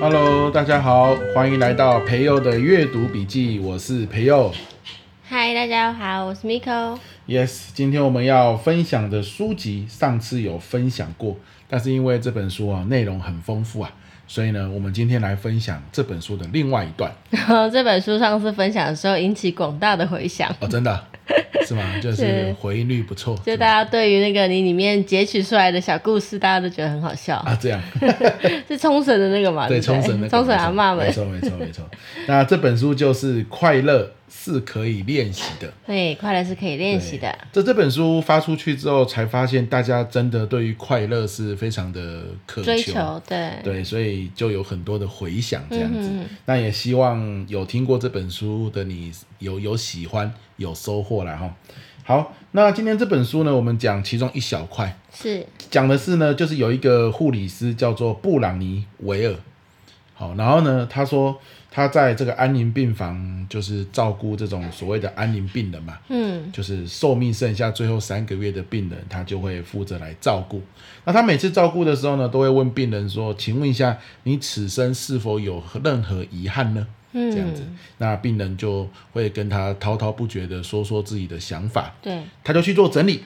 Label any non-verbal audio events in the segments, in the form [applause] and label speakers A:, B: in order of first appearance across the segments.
A: Hello，大家好，欢迎来到培佑的阅读笔记，我是培佑。
B: 嗨，大家好，我是 Miko。
A: Yes，今天我们要分享的书籍，上次有分享过，但是因为这本书啊内容很丰富啊，所以呢，我们今天来分享这本书的另外一段
B: 这本书上次分享的时候引起广大的回响，
A: 哦，真
B: [laughs]
A: 的啊是吗？就是
B: 是
A: 回应率不错，
B: 就是大
A: 吧
B: 家对于那个你里面截取出来的小故事，大家都觉得很好笑。
A: 啊这样，
B: 是冲绳的那个
A: [laughs]
B: 嘛？
A: 对
B: 对不对，
A: 冲绳的
B: 冲绳阿嬷
A: 没
B: 们。
A: 错没错没错。那这本书就是快乐是可以练习的。
B: 对，快乐是可以练习的。
A: 在这本书发出去之后，才发现大家真的对于快乐是非常的渴
B: 追求，对，
A: 啊对，所以就有很多的回响这样子。
B: 嗯
A: 那也希望有听过这本书的你有有喜欢有收获啦哈。好，那今天这本书呢，我们讲其中一小块，
B: 是
A: 讲的是呢，就是有一个护理师叫做布朗尼维尔，好，然后呢，他说他在这个安宁病房就是照顾这种所谓的安宁病人嘛，
B: 嗯，
A: 就是寿命剩下最后三个月的病人，他就会负责来照顾。那他每次照顾的时候呢，都会问病人说：“请问一下，你此生是否有任何遗憾呢？”
B: 嗯
A: 这样子，那病人就会跟他滔滔不绝的说说自己的想法，
B: 对，
A: 他就去做整理。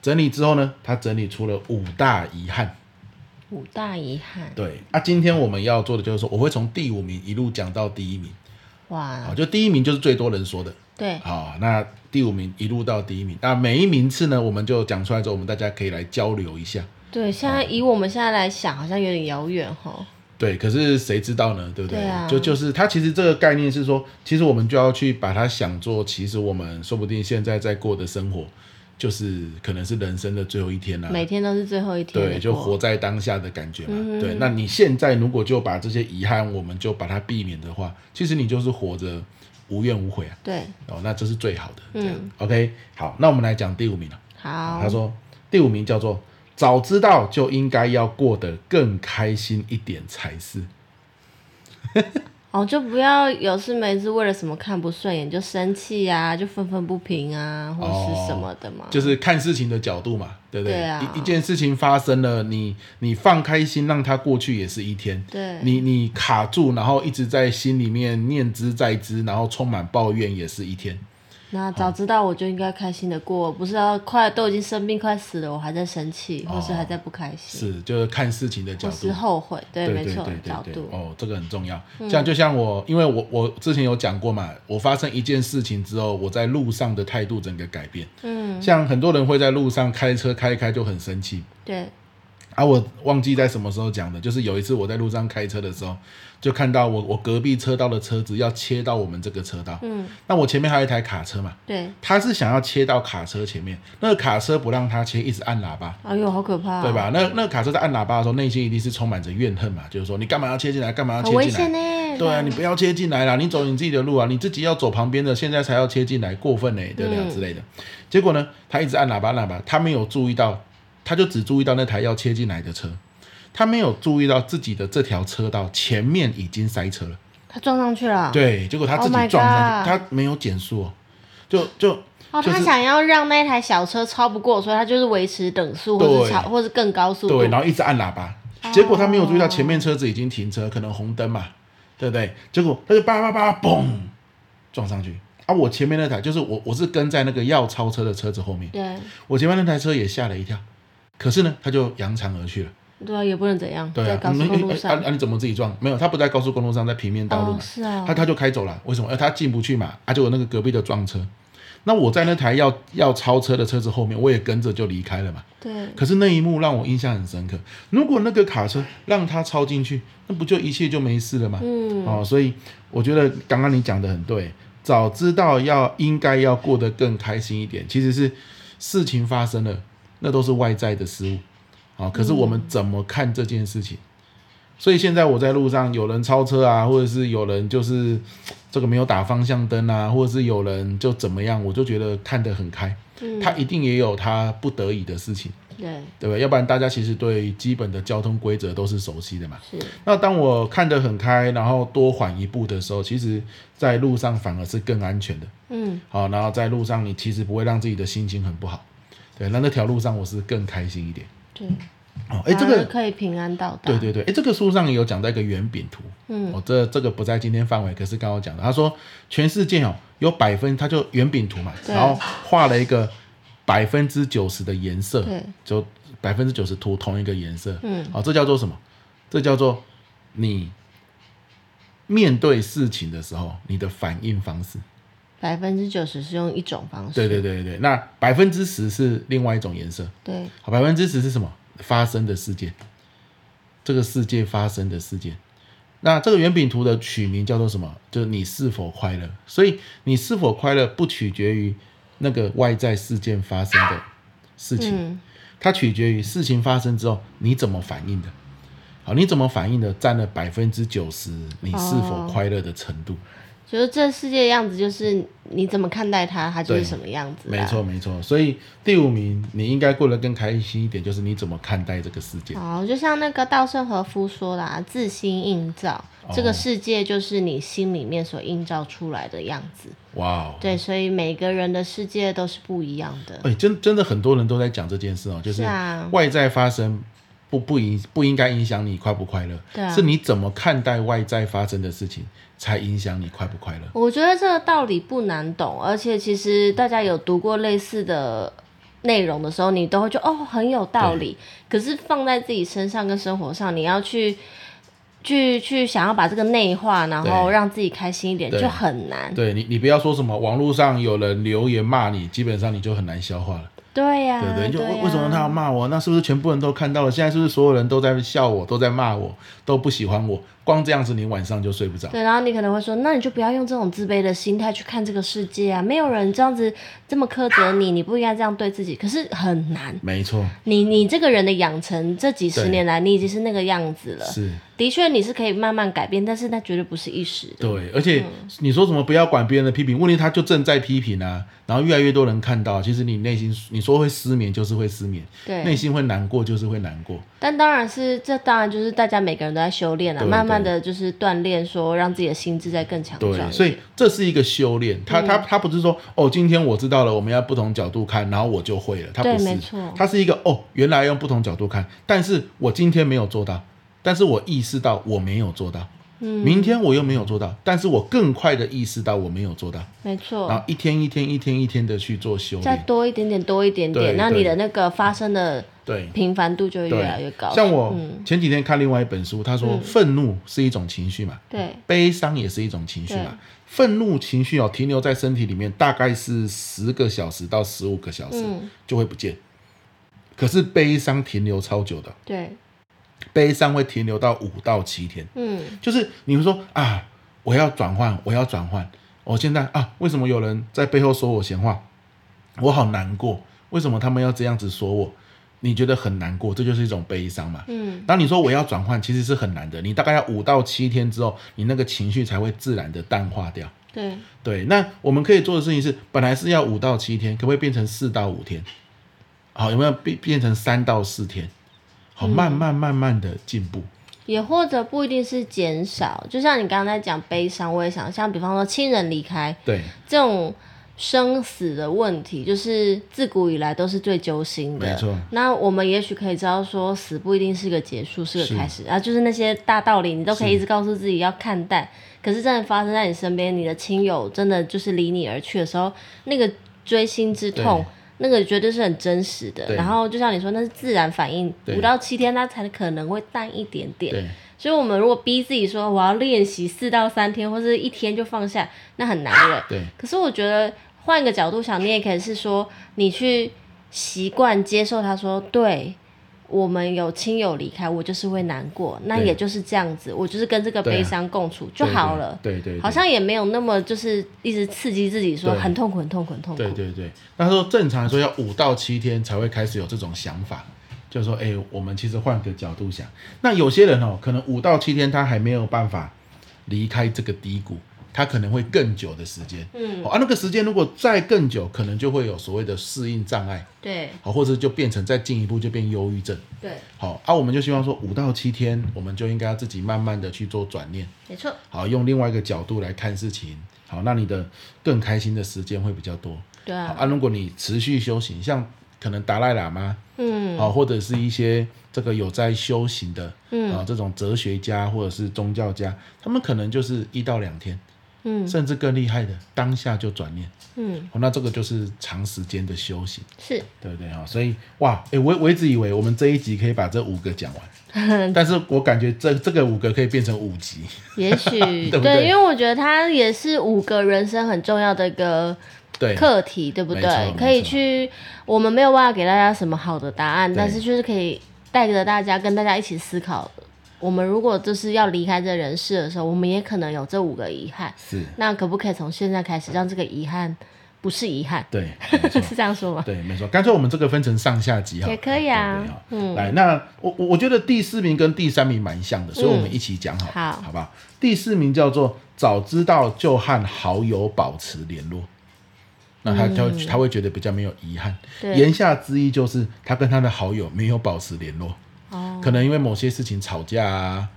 A: 整理之后呢，他整理出了五大遗憾。
B: 五大遗憾。
A: 对，啊，今天我们要做的就是说，我会从第五名一路讲到第一名，好，
B: 哇，
A: 就第一名就是最多人说的，
B: 对，
A: 好，那第五名一路到第一名，那每一名次呢，我们就讲出来之后，我们大家可以来交流一下。
B: 对，现在以我们现在来想，好像有点遥远哈。
A: 对，可是谁知道呢？对不对？
B: 对啊
A: 就就是它其实这个概念是说，其实我们就要去把它想作，其实我们说不定现在在过的生活，就是可能是人生的最后一天啦、啊
B: 每天都是最后一天，
A: 对，就活。在当下的感觉嘛。
B: 嗯
A: 对，那你现在如果就把这些遗憾，我们就把它避免的话，其实你就是活着无怨无悔啊。
B: 对，
A: 哦，那这是最好的。这样、
B: 嗯
A: OK，好，那我们来讲第五名了。
B: 好
A: 他，说第五名叫做早知道就应该要过得更开心一点才是。
B: 哦，就不要有事没事为了什么看不顺眼就生气啊，就愤愤不平啊，或是什么的嘛。
A: 哦就是看事情的角度嘛，对不对？
B: 对啊
A: 一一件事情发生了，你你放开心让它过去也是一天。
B: 对
A: 你你卡住，然后一直在心里面念之在之，然后充满抱怨也是一天。
B: 那早知道我就应该开心的过，不是要快都已经生病快死了，我还在生气，或是还在不开心，
A: 是，哦就是看事情的角
B: 或
A: 度
B: 是。后悔。对，
A: 对
B: 没
A: 对
B: 错
A: 对，
B: 角
A: 对对
B: 度。嗯
A: 哦，这个很重要。像就像我，因为我我之前有讲过嘛，我发生一件事情之后，我在路上的态度整个改变。
B: 嗯，
A: 像很多人会在路上开车开一开就很生气
B: 对，
A: 啊，我忘记在什么时候讲的，就是有一次我在路上开车的时候，就看到我我隔壁车道的车子要切到我们这个车道，
B: 嗯，
A: 那我前面还有一台卡车嘛，
B: 对。
A: 他是想要切到卡车前面，那个卡车不让他切，一直按喇叭。
B: 哎呦，好可怕、
A: 对？吧？那那个卡车在按喇叭的时候，内心一定是充满着怨恨嘛，就是说你干嘛要切进来，干嘛要
B: 很危
A: 切进来
B: 险？呢。
A: 对啊，你不要切进来啦，你走你自己的路啊，你自己要走旁边的，现在才要切进来，过分呢、对不对、
B: 嗯
A: 之类的。结果呢，他一直按喇叭，按喇叭，他没有注意到，他就只注意到那台要切进来的车，他没有注意到自己的这条车道前面已经塞车了。
B: 他撞上去了。。
A: 对，结果他自己
B: Oh my
A: 撞上去
B: God
A: 他没有减速、哦，就就
B: 哦，
A: 就是
B: 他想要让那台小车超不过，所以他就是维持等速，
A: 对
B: 或是超，或是更高速度。哦
A: 对，然后一直按喇叭，结果他没有注意到前面车子已经停车，可能红灯嘛，对不对？结果他就叭叭叭嘣撞上去啊！我前面那台就是我，我是跟在那个要超车的车子后面，
B: 对
A: 我前面那台车也吓了一跳，可是呢，他就扬长而去了。
B: 对啊，也不能怎样，
A: 对
B: 在
A: 啊，
B: 高速
A: 你
B: 公
A: 哎
B: 路
A: 哎
B: 上
A: 啊。啊！你怎么自己撞？没有，他不在高速公路上，在平面道路嘛。
B: 哦是啊
A: 他他就开走了，为什么？哎，他进不去嘛，啊，就有那个隔壁的撞车。那我在那台要要超车的车子后面，我也跟着就离开了嘛。
B: 对，
A: 可是那一幕让我印象很深刻。如果那个卡车让他超进去，那不就一切就没事了吗？
B: 嗯，
A: 哦，所以我觉得刚刚你讲的很对，早知道要应该要过得更开心一点，其实是事情发哦生了，那都是外在的失误。啊、可是我们怎么看这件事情？所以现在我在路上有人超车啊，或者是有人就是这个没有打方向灯啊，或者是有人就怎么样，我就觉得看得很开。
B: 嗯，
A: 他一定也有他不得已的事情，
B: 对，
A: 对吧？要不然大家其实对基本的交通规则都是熟悉的嘛。
B: 是，
A: 那当我看得很开，然后多缓一步的时候，其实在路上反而是更安全的。
B: 嗯，
A: 好，然后在路上你其实不会让自己的心情很不好。对，那那条路上我是更开心一点。
B: 对，
A: 哦，哎，这
B: 反而
A: 个
B: 可以啊平安到达，
A: 对，对对，哎，这个书上也有讲到一个圆饼图。
B: 嗯，
A: 哦，这这个不在今天范围，可是刚刚我讲的，他说全世界哦有百分，他就圆饼图嘛，
B: 对
A: 然后画了一个百分之九十的颜色
B: 对，
A: 就百分之九十涂同一个颜色。
B: 嗯，
A: 哦，这叫做什么？这叫做你面对事情的时候你的反应方式。
B: 百分之九十是用一种方式，
A: 对对对对对，那百分之十是另外一种颜色，
B: 对，
A: 好，百分之十是什么？发生的事件，这个世界发生的事件。那这个圆饼图的取名叫做什么？就是你是否快乐。所以你是否快乐不取决于那个外在事件发生的事情，
B: 嗯，
A: 它取决于事情发生之后你怎么反应的。好，你怎么反应的占了百分之九十你是否
B: 哦
A: 快乐的程度。
B: 就是这世界的样子，就是你怎么看待它，它就是
A: 对
B: 什么样子，
A: 没错，没错。所以第五名你应该过得更开心一点，就是你怎么看待这个世界。
B: 哦，就像那个稻盛和夫说的、啊，自心映照，这
A: 哦
B: 个世界就是你心里面所映照出来的样子。
A: 哇哦！
B: 对，所以每个人的世界都是不一样的。
A: 哎、真真的很多人都在讲这件事哦，就是
B: 是啊
A: 外在发生不不影不应该影响你快不快乐，
B: 对啊
A: 是你怎么看待外在发生的事情才影响你快不快乐。
B: 我觉得这个道理不难懂，而且其实大家有读过类似的内容的时候，你都会觉得哦很有道理。可是放在自己身上跟生活上，你要去去去想要把这个内化，然后
A: 对
B: 让自己开心一点，
A: 对
B: 就很难。
A: 对你，你不要说什么网络上有人留言骂你，基本上你就很难消化了，
B: 对呀、
A: 对不对？你就
B: 啊对
A: 为
B: 呀
A: 为什么他要骂我？那是不是全部人都看到了？现在是不是所有人都在笑我，都在骂我，都不喜欢我？光这样子，你晚上就睡不着。
B: 对，然后你可能会说，那你就不要用这种自卑的心态去看这个世界啊！没有人这样子这么苛责你，你不应该这样对自己。可是很难，
A: 没错，
B: 你你这个人的养成，这几十
A: 对
B: 年来你已经是那个样子了。
A: 是。
B: 的确，你是可以慢慢改变，但是那绝对不是一时的。
A: 对，而且
B: 嗯
A: 你说什么不要管别人的批评，问题他就正在批评啊，然后越来越多人看到，其实你内心你说会失眠就是会失眠，内
B: 对，
A: 心会难过就是会难过，
B: 但当然是这当然就是大家每个人都在修炼啊，
A: 对
B: 慢慢
A: 对
B: 的就是锻炼，说让自己的心智再更强壮一
A: 对，
B: 点。
A: 所以这是一个修炼，他
B: 嗯
A: 他他不是说哦，今天我知道了，我们要不同角度看，然后我就会了，他不
B: 对
A: 是
B: 没错，
A: 他是一个哦，原来用不同角度看，但是我今天没有做到，但是我意识到我没有做到，
B: 嗯
A: 明天我又没有做到，但是我更快的意识到我没有做到，
B: 没错，
A: 然后一天一天一天一天的去做修
B: 再
A: 炼，
B: 多一点点，多一点
A: 对
B: 点，那你
A: 对
B: 的那个发生的
A: 对。
B: 频繁度就会
A: 对，
B: 越来越高。嗯
A: 像我前几天看另外一本书，他说愤怒是一种情绪嘛，
B: 对，
A: 悲伤也是一种情绪嘛
B: 对。
A: 愤怒情绪哦，停留在身体里面大概是十个小时到十五个小时
B: 嗯
A: 就会不见。可是悲伤停留超久的，
B: 对，
A: 悲伤会停留到五到七天。
B: 嗯，
A: 就是你会说啊，我要转换，我要转换，我现在啊，为什么有人在背后说我闲话？我好难过，为什么他们要这样子说我？你觉得很难过，这就是一种悲伤嘛。
B: 嗯，
A: 当你说我要转换，其实是很难的，你大概要五到七天之后，你那个情绪才会自然的淡化掉。
B: 对，
A: 对，那我们可以做的事情是，本来是要五到七天，可不可以变成四到五天？好，有没有变变成三到四天？好，慢慢慢慢的进步。
B: 也或者不一定是减少，就像你刚才讲悲伤，我也想，像比方说亲人离开
A: 对，
B: 这种生死的问题，就是自古以来都是最揪心的。
A: 没错。
B: 那我们也许可以知道说，死不一定是个结束，是
A: 是
B: 个开始啊，就是那些大道理，你都可以一直告诉自己要看淡。可是真的发生在你身边，你的亲友真的就是离你而去的时候，那个锥心之痛
A: 对。
B: 那个绝对是很真实的，
A: 对
B: 然后就像你说，那是自然反应，
A: 对
B: 五到七天它才可能会淡一点点。
A: 对。
B: 所以，我们如果逼自己说我要练习四到三天，或是一天就放下，那很难的。
A: 对
B: 可是我觉得换一个角度想，你也可以是说，你去习惯接受他说，对我们有亲友离开，我就是会难过，那
A: 对
B: 也就是这样子，我就是跟这个
A: 对啊
B: 悲伤共处就好了。
A: 对对对对
B: 好像也没有那么就是一直刺激自己说
A: 对
B: 很痛苦、很痛苦、很痛苦。
A: 对对对，那时候正常来说要五到七天才会开始有这种想法，就说，哎，我们其实换个角度想，那有些人哦，可能五到七天他还没有办法离开这个低谷，他可能会更久的时间。
B: 嗯
A: 哦，啊，那个时间如果再更久，可能就会有所谓的适应障碍，
B: 对
A: 好、或者就变成再进一步就变忧郁症。
B: 对，
A: 好、啊，我们就希望说五到七天，我们就应该自己慢慢的去做转念，
B: 没错，
A: 好，用另外一个角度来看事情，好，那你的更开心的时间会比较多。
B: 对
A: 好
B: 啊，
A: 啊，如果你持续修行，像可能达赖喇嘛，
B: 嗯
A: 好、或者是一些这个有在修行的，
B: 嗯
A: 啊，这种哲学家或者是宗教家，他们可能就是一到两天，
B: 嗯
A: 甚至更厉害的，当下就转念，
B: 嗯，
A: 哦，那这个就是长时间的修行，
B: 是，
A: 对不对哈、所以哇，诶，我我一直以为我们这一集可以把这五个讲完，
B: [laughs]
A: 但是我感觉这这个五个可以变成五集，
B: 也许
A: [laughs] 对不对
B: 因为我觉得它也是五个人生很重要的一个
A: 对，
B: 课题，对不
A: 没错
B: 对
A: 没？错
B: 可以去，我们没有办法给大家什么好的答案，
A: 对
B: 但是就是可以带着大家跟大家一起思考。我们如果就是要离开这人世的时候，我们也可能有这五个遗憾。
A: 是，
B: 那可不可以从现在开始让这个遗憾不是遗憾？ [laughs]
A: 对，没错
B: 是这样说吗？
A: 对，没错。干脆我们这个分成上下集哈，
B: 也可以啊
A: 对不对哈来，那我我我觉得第四名跟第三名蛮像的，所以我们一起讲好了，
B: 嗯好
A: 好不好？第四名叫做早知道就和好友保持联络。那他他会他会觉得比较没有遗憾，
B: 嗯对
A: 言下之意就是他跟他的好友没有保持联络，
B: 哦，
A: 可能因为某些事情吵架啊，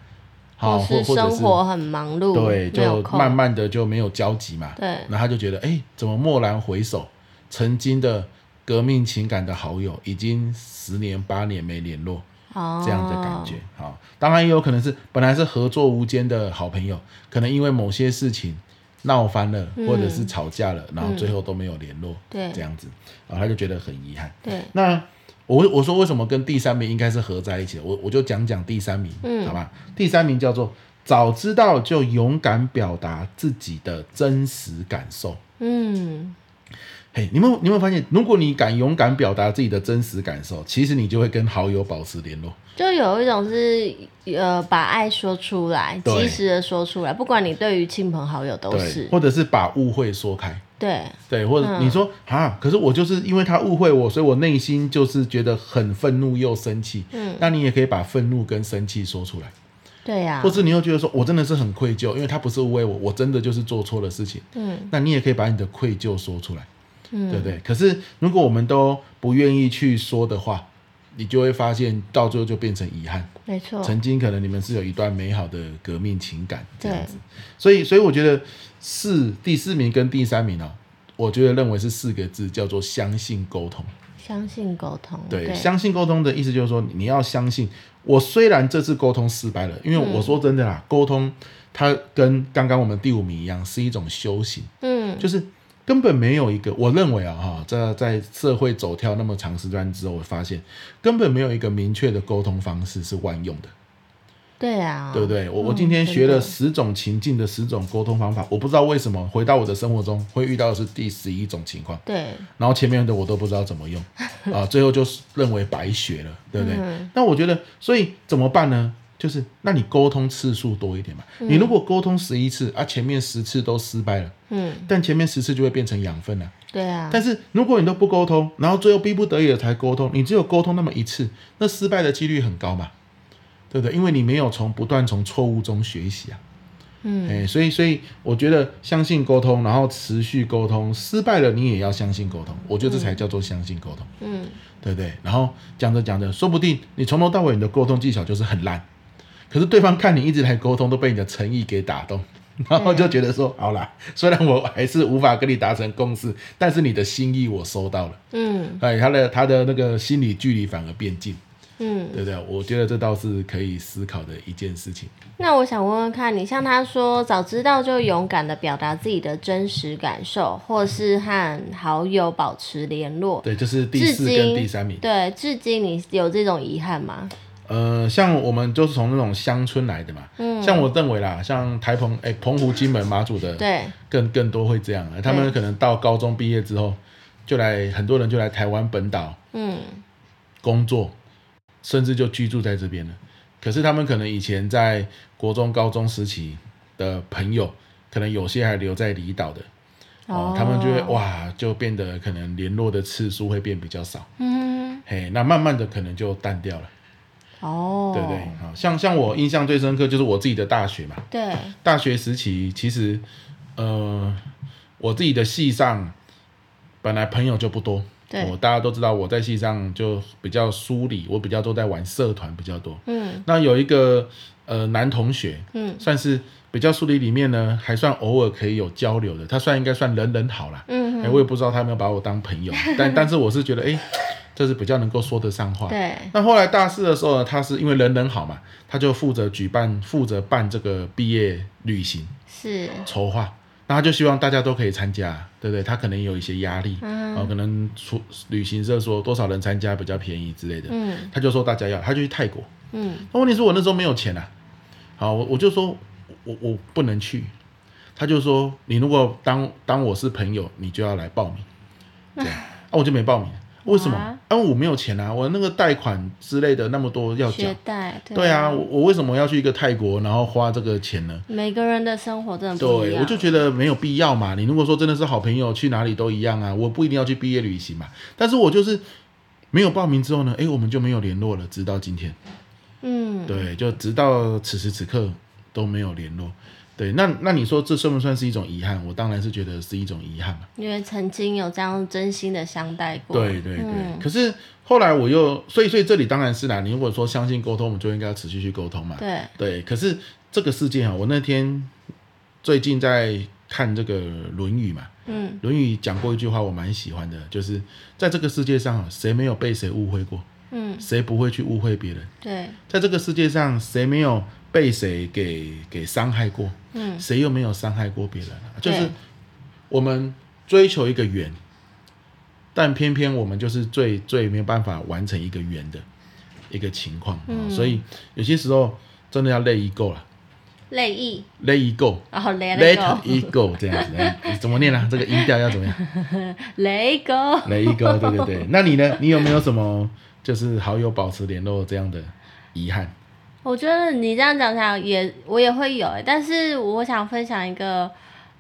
A: 好
B: 或
A: 或
B: 是
A: 或者
B: 生
A: 是
B: 活很忙碌，
A: 对，
B: 没有
A: 就
B: 空
A: 慢慢的就没有交集嘛。
B: 对
A: 那他就觉得，哎，怎么蓦然回首，曾经的革命情感的好友，已经十年八年没联络，
B: 哦
A: 这样的感觉。好、当然也有可能是本来是合作无间的好朋友，可能因为某些事情闹翻了，
B: 嗯
A: 或者是吵架了，然后最后都没有联络，
B: 对
A: 这样子，然后他就觉得很遗憾。
B: 哦对，
A: 那我我说为什么跟第三名应该是合在一起的？我我就讲讲第三名，
B: 嗯
A: 好吧？第三名叫做早知道就勇敢表达自己的真实感受。
B: 嗯，
A: 嘿，你们你们发现，如果你敢勇敢表达自己的真实感受，其实你就会跟好友保持联络。
B: 就有一种是呃，把爱说出来，
A: 对
B: 及时的说出来，不管你对于亲朋好友都
A: 对，
B: 是嗯
A: 或者是把误会说开。
B: 对
A: 对，或者你说啊、可是我就是因为他误会我，所以我内心就是觉得很愤怒又生气。
B: 嗯，
A: 那你也可以把愤怒跟生气说出来。
B: 对呀
A: 或，是你又觉得说我真的是很愧疚，因为他不是误会我，我真的就是做错了事情，
B: 嗯
A: 那你也可以把你的愧疚说出来，对
B: 嗯，
A: 不对？可是如果我们都不愿意去说的话，你就会发现到最后就变成遗憾。
B: 没错，
A: 曾经可能你们是有一段美好的革命情感这
B: 对
A: 样子，所以所以我觉得四第四名跟第三名啊，我觉得认为是四个字叫做相信沟通。
B: 相信沟通，
A: 对，
B: 对，
A: 相信沟通的意思就是说，你要相信我。虽然这次沟通失败了，因为我说真的啦，沟通它跟刚刚我们第五名一样，是一种修行，
B: 嗯，
A: 就是根本没有一个，我认为啊，哈，这在社会走跳那么长时间之后，我发现根本没有一个明确的沟通方式是万用的，
B: 对啊，
A: 对不对？我我
B: 嗯
A: 今天学
B: 真
A: 了
B: 的
A: 十种情境的十种沟通方法，我不知道为什么回到我的生活中会遇到的是第十一种情况。
B: 对，
A: 然后前面的我都不知道怎么用啊，最后就是认为白学了，对不对？那我觉得，所以怎么办呢？就是那你沟通次数多一点嘛。你如果沟通十一次啊，前面十次都失败了，
B: 嗯，
A: 但前面十次就会变成养分了。
B: 对啊，
A: 但是如果你都不沟通，然后最后逼不得已的才沟通，你只有沟通那么一次，那失败的几率很高嘛，对不对？因为你没有从不断从错误中学习啊。
B: 嗯
A: 哎、所以所以我觉得相信沟通，然后持续沟通，失败了你也要相信沟通，我觉得这才叫做相信沟通，
B: 嗯，
A: 对不对？然后讲着讲着，说不定你从头到尾你的沟通技巧就是很烂，可是对方看你一直来沟通，都被你的诚意给打动。
B: 啊
A: 然后就觉得说，好啦，虽然我还是无法跟你达成共识，但是你的心意我收到了，
B: 嗯
A: 哎，他的他的那个心理距离反而变近，
B: 嗯，
A: 对不对？我觉得这倒是可以思考的一件事情。
B: 那我想问问看你，像他说，早知道就勇敢的表达自己的真实感受，或是和好友保持联络。
A: 对，这、是第
B: 至
A: 四跟
B: 今，
A: 第三名。
B: 对，至今你有这种遗憾吗？
A: 呃，像我们就是从那种乡村来的嘛，
B: 嗯
A: 像我认为啦，像台澎哎、澎湖、金门、马祖的，
B: 对，
A: 更更多会这样，啊他们
B: 对
A: 可能到高中毕业之后，就来很多人就来台湾本岛
B: 嗯，
A: 工作，甚至就居住在这边了。可是他们可能以前在国中、高中时期的朋友，可能有些还留在离岛的，哦
B: 哦
A: 哦，他们就会，哇，就变得可能联络的次数会变比较少。
B: 嗯，
A: 嘿，那慢慢的可能就淡掉了，
B: 哦，
A: 对不对？好像像我印象最深刻就是我自己的大学嘛，
B: 对
A: 大学时期其实，呃，我自己的系上本来朋友就不多，
B: 对
A: 我大家都知道我在系上就比较疏离，我比较都在玩社团比较多。
B: 嗯
A: 那有一个呃男同学，
B: 嗯
A: 算是比较疏离里面呢，还算偶尔可以有交流的，他算应该算人人好啦。
B: 嗯
A: 哎、我也不知道他有没有把我当朋友，但 [laughs] 但是我是觉得，哎、这是比较能够说得上话。
B: 对，
A: 那后来大四的时候呢，他是因为人人好嘛，他就负责举办、负责办这个毕业旅行
B: 是，
A: 筹划，那他就希望大家都可以参加，对不对？他可能有一些压力，
B: 嗯
A: 哦，可能出旅行社说多少人参加比较便宜之类的，
B: 嗯
A: 他就说大家要，他就去泰国。
B: 嗯
A: 那问题是我那时候没有钱啊，好，我我就说我我不能去，他就说你如果当当我是朋友，你就要来报名，这样啊我就没报名，为什么
B: 哇？
A: 因为、我没有钱啊，我那个贷款之类的那么多要
B: 学
A: 缴，
B: 贷，
A: 对啊，我我为什么要去一个泰国然后花这个钱呢？
B: 每个人的生活真的不一
A: 对，
B: 样，
A: 我就觉得没有必要嘛。你如果说真的是好朋友，去哪里都一样啊。我不一定要去毕业旅行嘛，但是我就是没有报名之后呢，诶，我们就没有联络了，直到今天。
B: 嗯，
A: 对，就直到此时此刻都没有联络。对，那那你说这算不算是一种遗憾？我当然是觉得是一种遗憾嘛。
B: 因为曾经有这样真心的相待过，
A: 对对对。
B: 嗯
A: 可是后来我又，所以所以这里当然是啦。你如果说相信沟通，我们就应该要持续去沟通嘛。
B: 对，
A: 对，可是这个事件啊，我那天最近在看这个《论语》嘛，
B: 嗯，
A: 《论语》讲过一句话，我蛮喜欢的，就是在这个世界上啊，谁没有被谁误会过？
B: 嗯，
A: 谁不会去误会别人？
B: 对，
A: 在这个世界上，谁没有被谁给给伤害过？
B: 嗯
A: 谁又没有伤害过别人啊？就
B: 对
A: 是我们追求一个圆，但偏偏我们就是最最没有办法完成一个圆的一个情况、啊
B: 嗯
A: 所以有些时候真的要累一够了，
B: 泪意，
A: 累一够。
B: 然后雷
A: Let
B: 雷狗，
A: it go，这样子，哎怎么念啊？这个音调要怎么样
B: 雷狗，
A: ？Let it go，对对对。那你呢？你有没有什么就是好友保持联络这样的遗憾？
B: 我觉得你这样讲起来也我也会有欸，但是我想分享一个，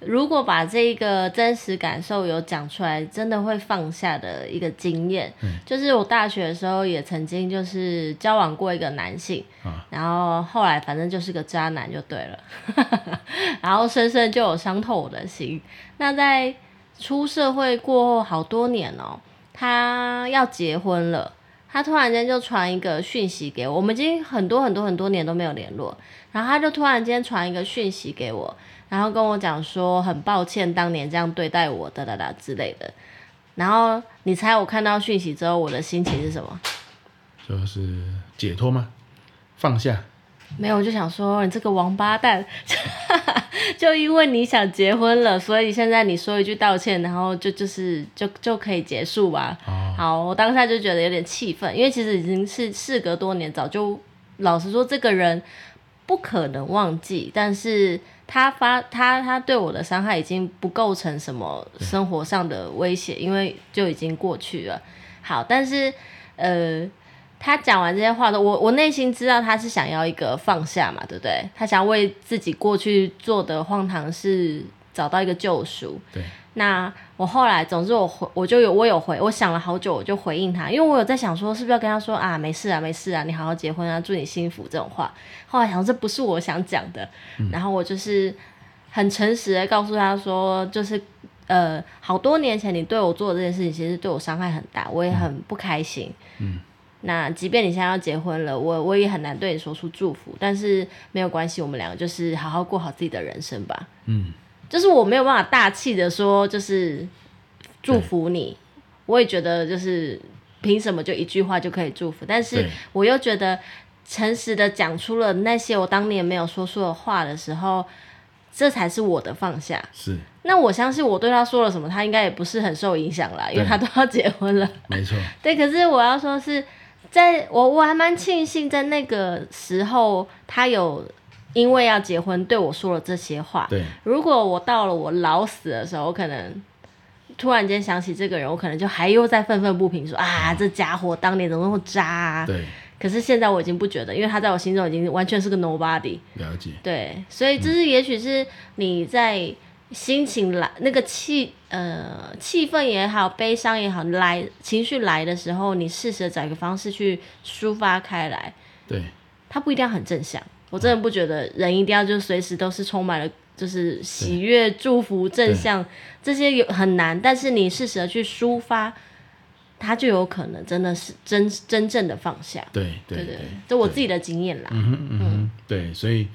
B: 如果把这一个真实感受有讲出来，真的会放下的一个经验。就是我大学的时候也曾经就是交往过一个男性，
A: 啊
B: 然后后来反正就是个渣男就对了， [laughs] 然后深深就有伤透我的心。那在出社会过后好多年哦、他要结婚了。他突然间就传一个讯息给我，我们已经很多很多很多年都没有联络，然后他就突然间传一个讯息给我，然后跟我讲说很抱歉当年这样对待我，哒哒哒之类的。然后你猜我看到讯息之后我的心情是什么？
A: 就是解脱吗？放下？
B: 没有，我就想说你这个王八蛋， [laughs] 就因为你想结婚了，所以现在你说一句道歉，然后就就是就就可以结束吧。
A: 哦，
B: 好，我当下就觉得有点气愤，因为其实已经是事隔多年，早就老实说，这个人不可能忘记，但是他发他他对我的伤害已经不构成什么生活上的威胁，因为就已经过去了。好，但是呃，他讲完这些话的，我我内心知道他是想要一个放下嘛，对不对？他想为自己过去做的荒唐事找到一个救赎。
A: 对，
B: 那我后来，总之我回我就有我有回，我想了好久，我就回应他，因为我有在想说是不是要跟他说啊，没事啊，没事啊，你好好结婚啊，祝你幸福这种话。后来想说这不是我想讲的，
A: 嗯
B: 然后我就是很诚实的告诉他说，就是呃，好多年前你对我做的这件事情，其实对我伤害很大，我也很不开心。
A: 嗯。
B: 那即便你现在要结婚了，我我也很难对你说出祝福，但是没有关系，我们两个就是好好过好自己的人生吧。
A: 嗯，
B: 就是我没有办法大气的说，就是祝福你，我也觉得就是凭什么就一句话就可以祝福？但是
A: 对
B: 我又觉得诚实的讲出了那些我当年没有说出的话的时候，这才是我的放下。
A: 是
B: 那我相信我对他说了什么，他应该也不是很受影响啦，因为
A: 对
B: 他都要结婚了。
A: 没错，
B: 对，可是我要说是在我我还蛮庆幸在那个时候，他有因为要结婚对我说了这些话。
A: 对，
B: 如果我到了我老死的时候，我可能突然间想起这个人，我可能就还又在愤愤不平说啊，这家伙当年怎么那么渣、啊？
A: 对，
B: 可是现在我已经不觉得，因为他在我心中已经完全是个 nobody。
A: 了解，
B: 对，所以这是也许是你在心情来，那个气呃气氛也好，悲伤也好，来情绪来的时候，你适时的找一个方式去抒发开来，
A: 对，
B: 它不一定要很正向。我真的不觉得人一定要就随时都是充满了就是喜悦、祝福、正向这些有很难，但是你适时的去抒发，它就有可能真的是真真正的放下。
A: 对，对，
B: 对对，这我自己的经验啦。
A: 嗯哼，嗯哼，对，所以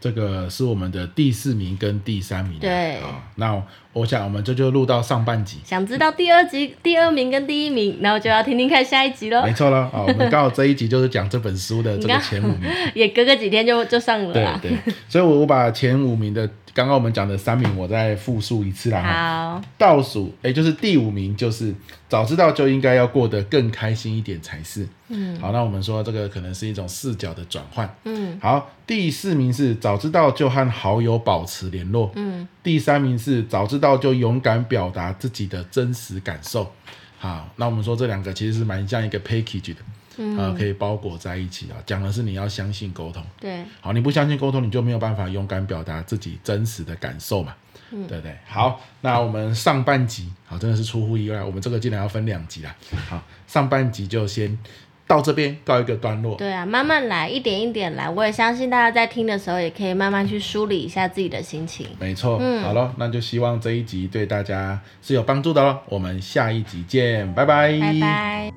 A: 这个是我们的第四名跟第三名啊。
B: 对
A: 啊，那我想我们这就录到上半集，
B: 想知道第二集第二名跟第一名，那我就要听听看下一集喽
A: 没。错了啊。我们刚好这一集就是讲这本书的这个前五名。
B: 也隔个几天就就上了
A: 哎对
B: 啦。
A: 对，所以我我把前五名的刚刚我们讲的三名，我再复述一次啦哈。
B: 好，
A: 倒数哎，就是第五名，就是早知道就应该要过得更开心一点才是。嗯，好，那我们说这个可能是一种视角的转换。
B: 嗯
A: 好，第四名是早知道就和好友保持联络。
B: 嗯，
A: 第三名是早知道就勇敢表达自己的真实感受。好，那我们说这两个其实是蛮像一个 package 的，嗯、啊，可以包裹在一起啊。讲的是你要相信沟通，
B: 对，
A: 好，你不相信沟通，你就没有办法勇敢表达自己真实的感受嘛，对不对？好，那我们上半集，好，真的是出乎意外，我们这个竟然要分两集啦。好，上半集就先到这边告一个段落。
B: 对啊，慢慢来，一点一点来。我也相信大家在听的时候，也可以慢慢去梳理一下自己的心情。
A: 没错，好了，那就希望这一集对大家是有帮助的喽。我们下一集见，拜
B: 拜拜。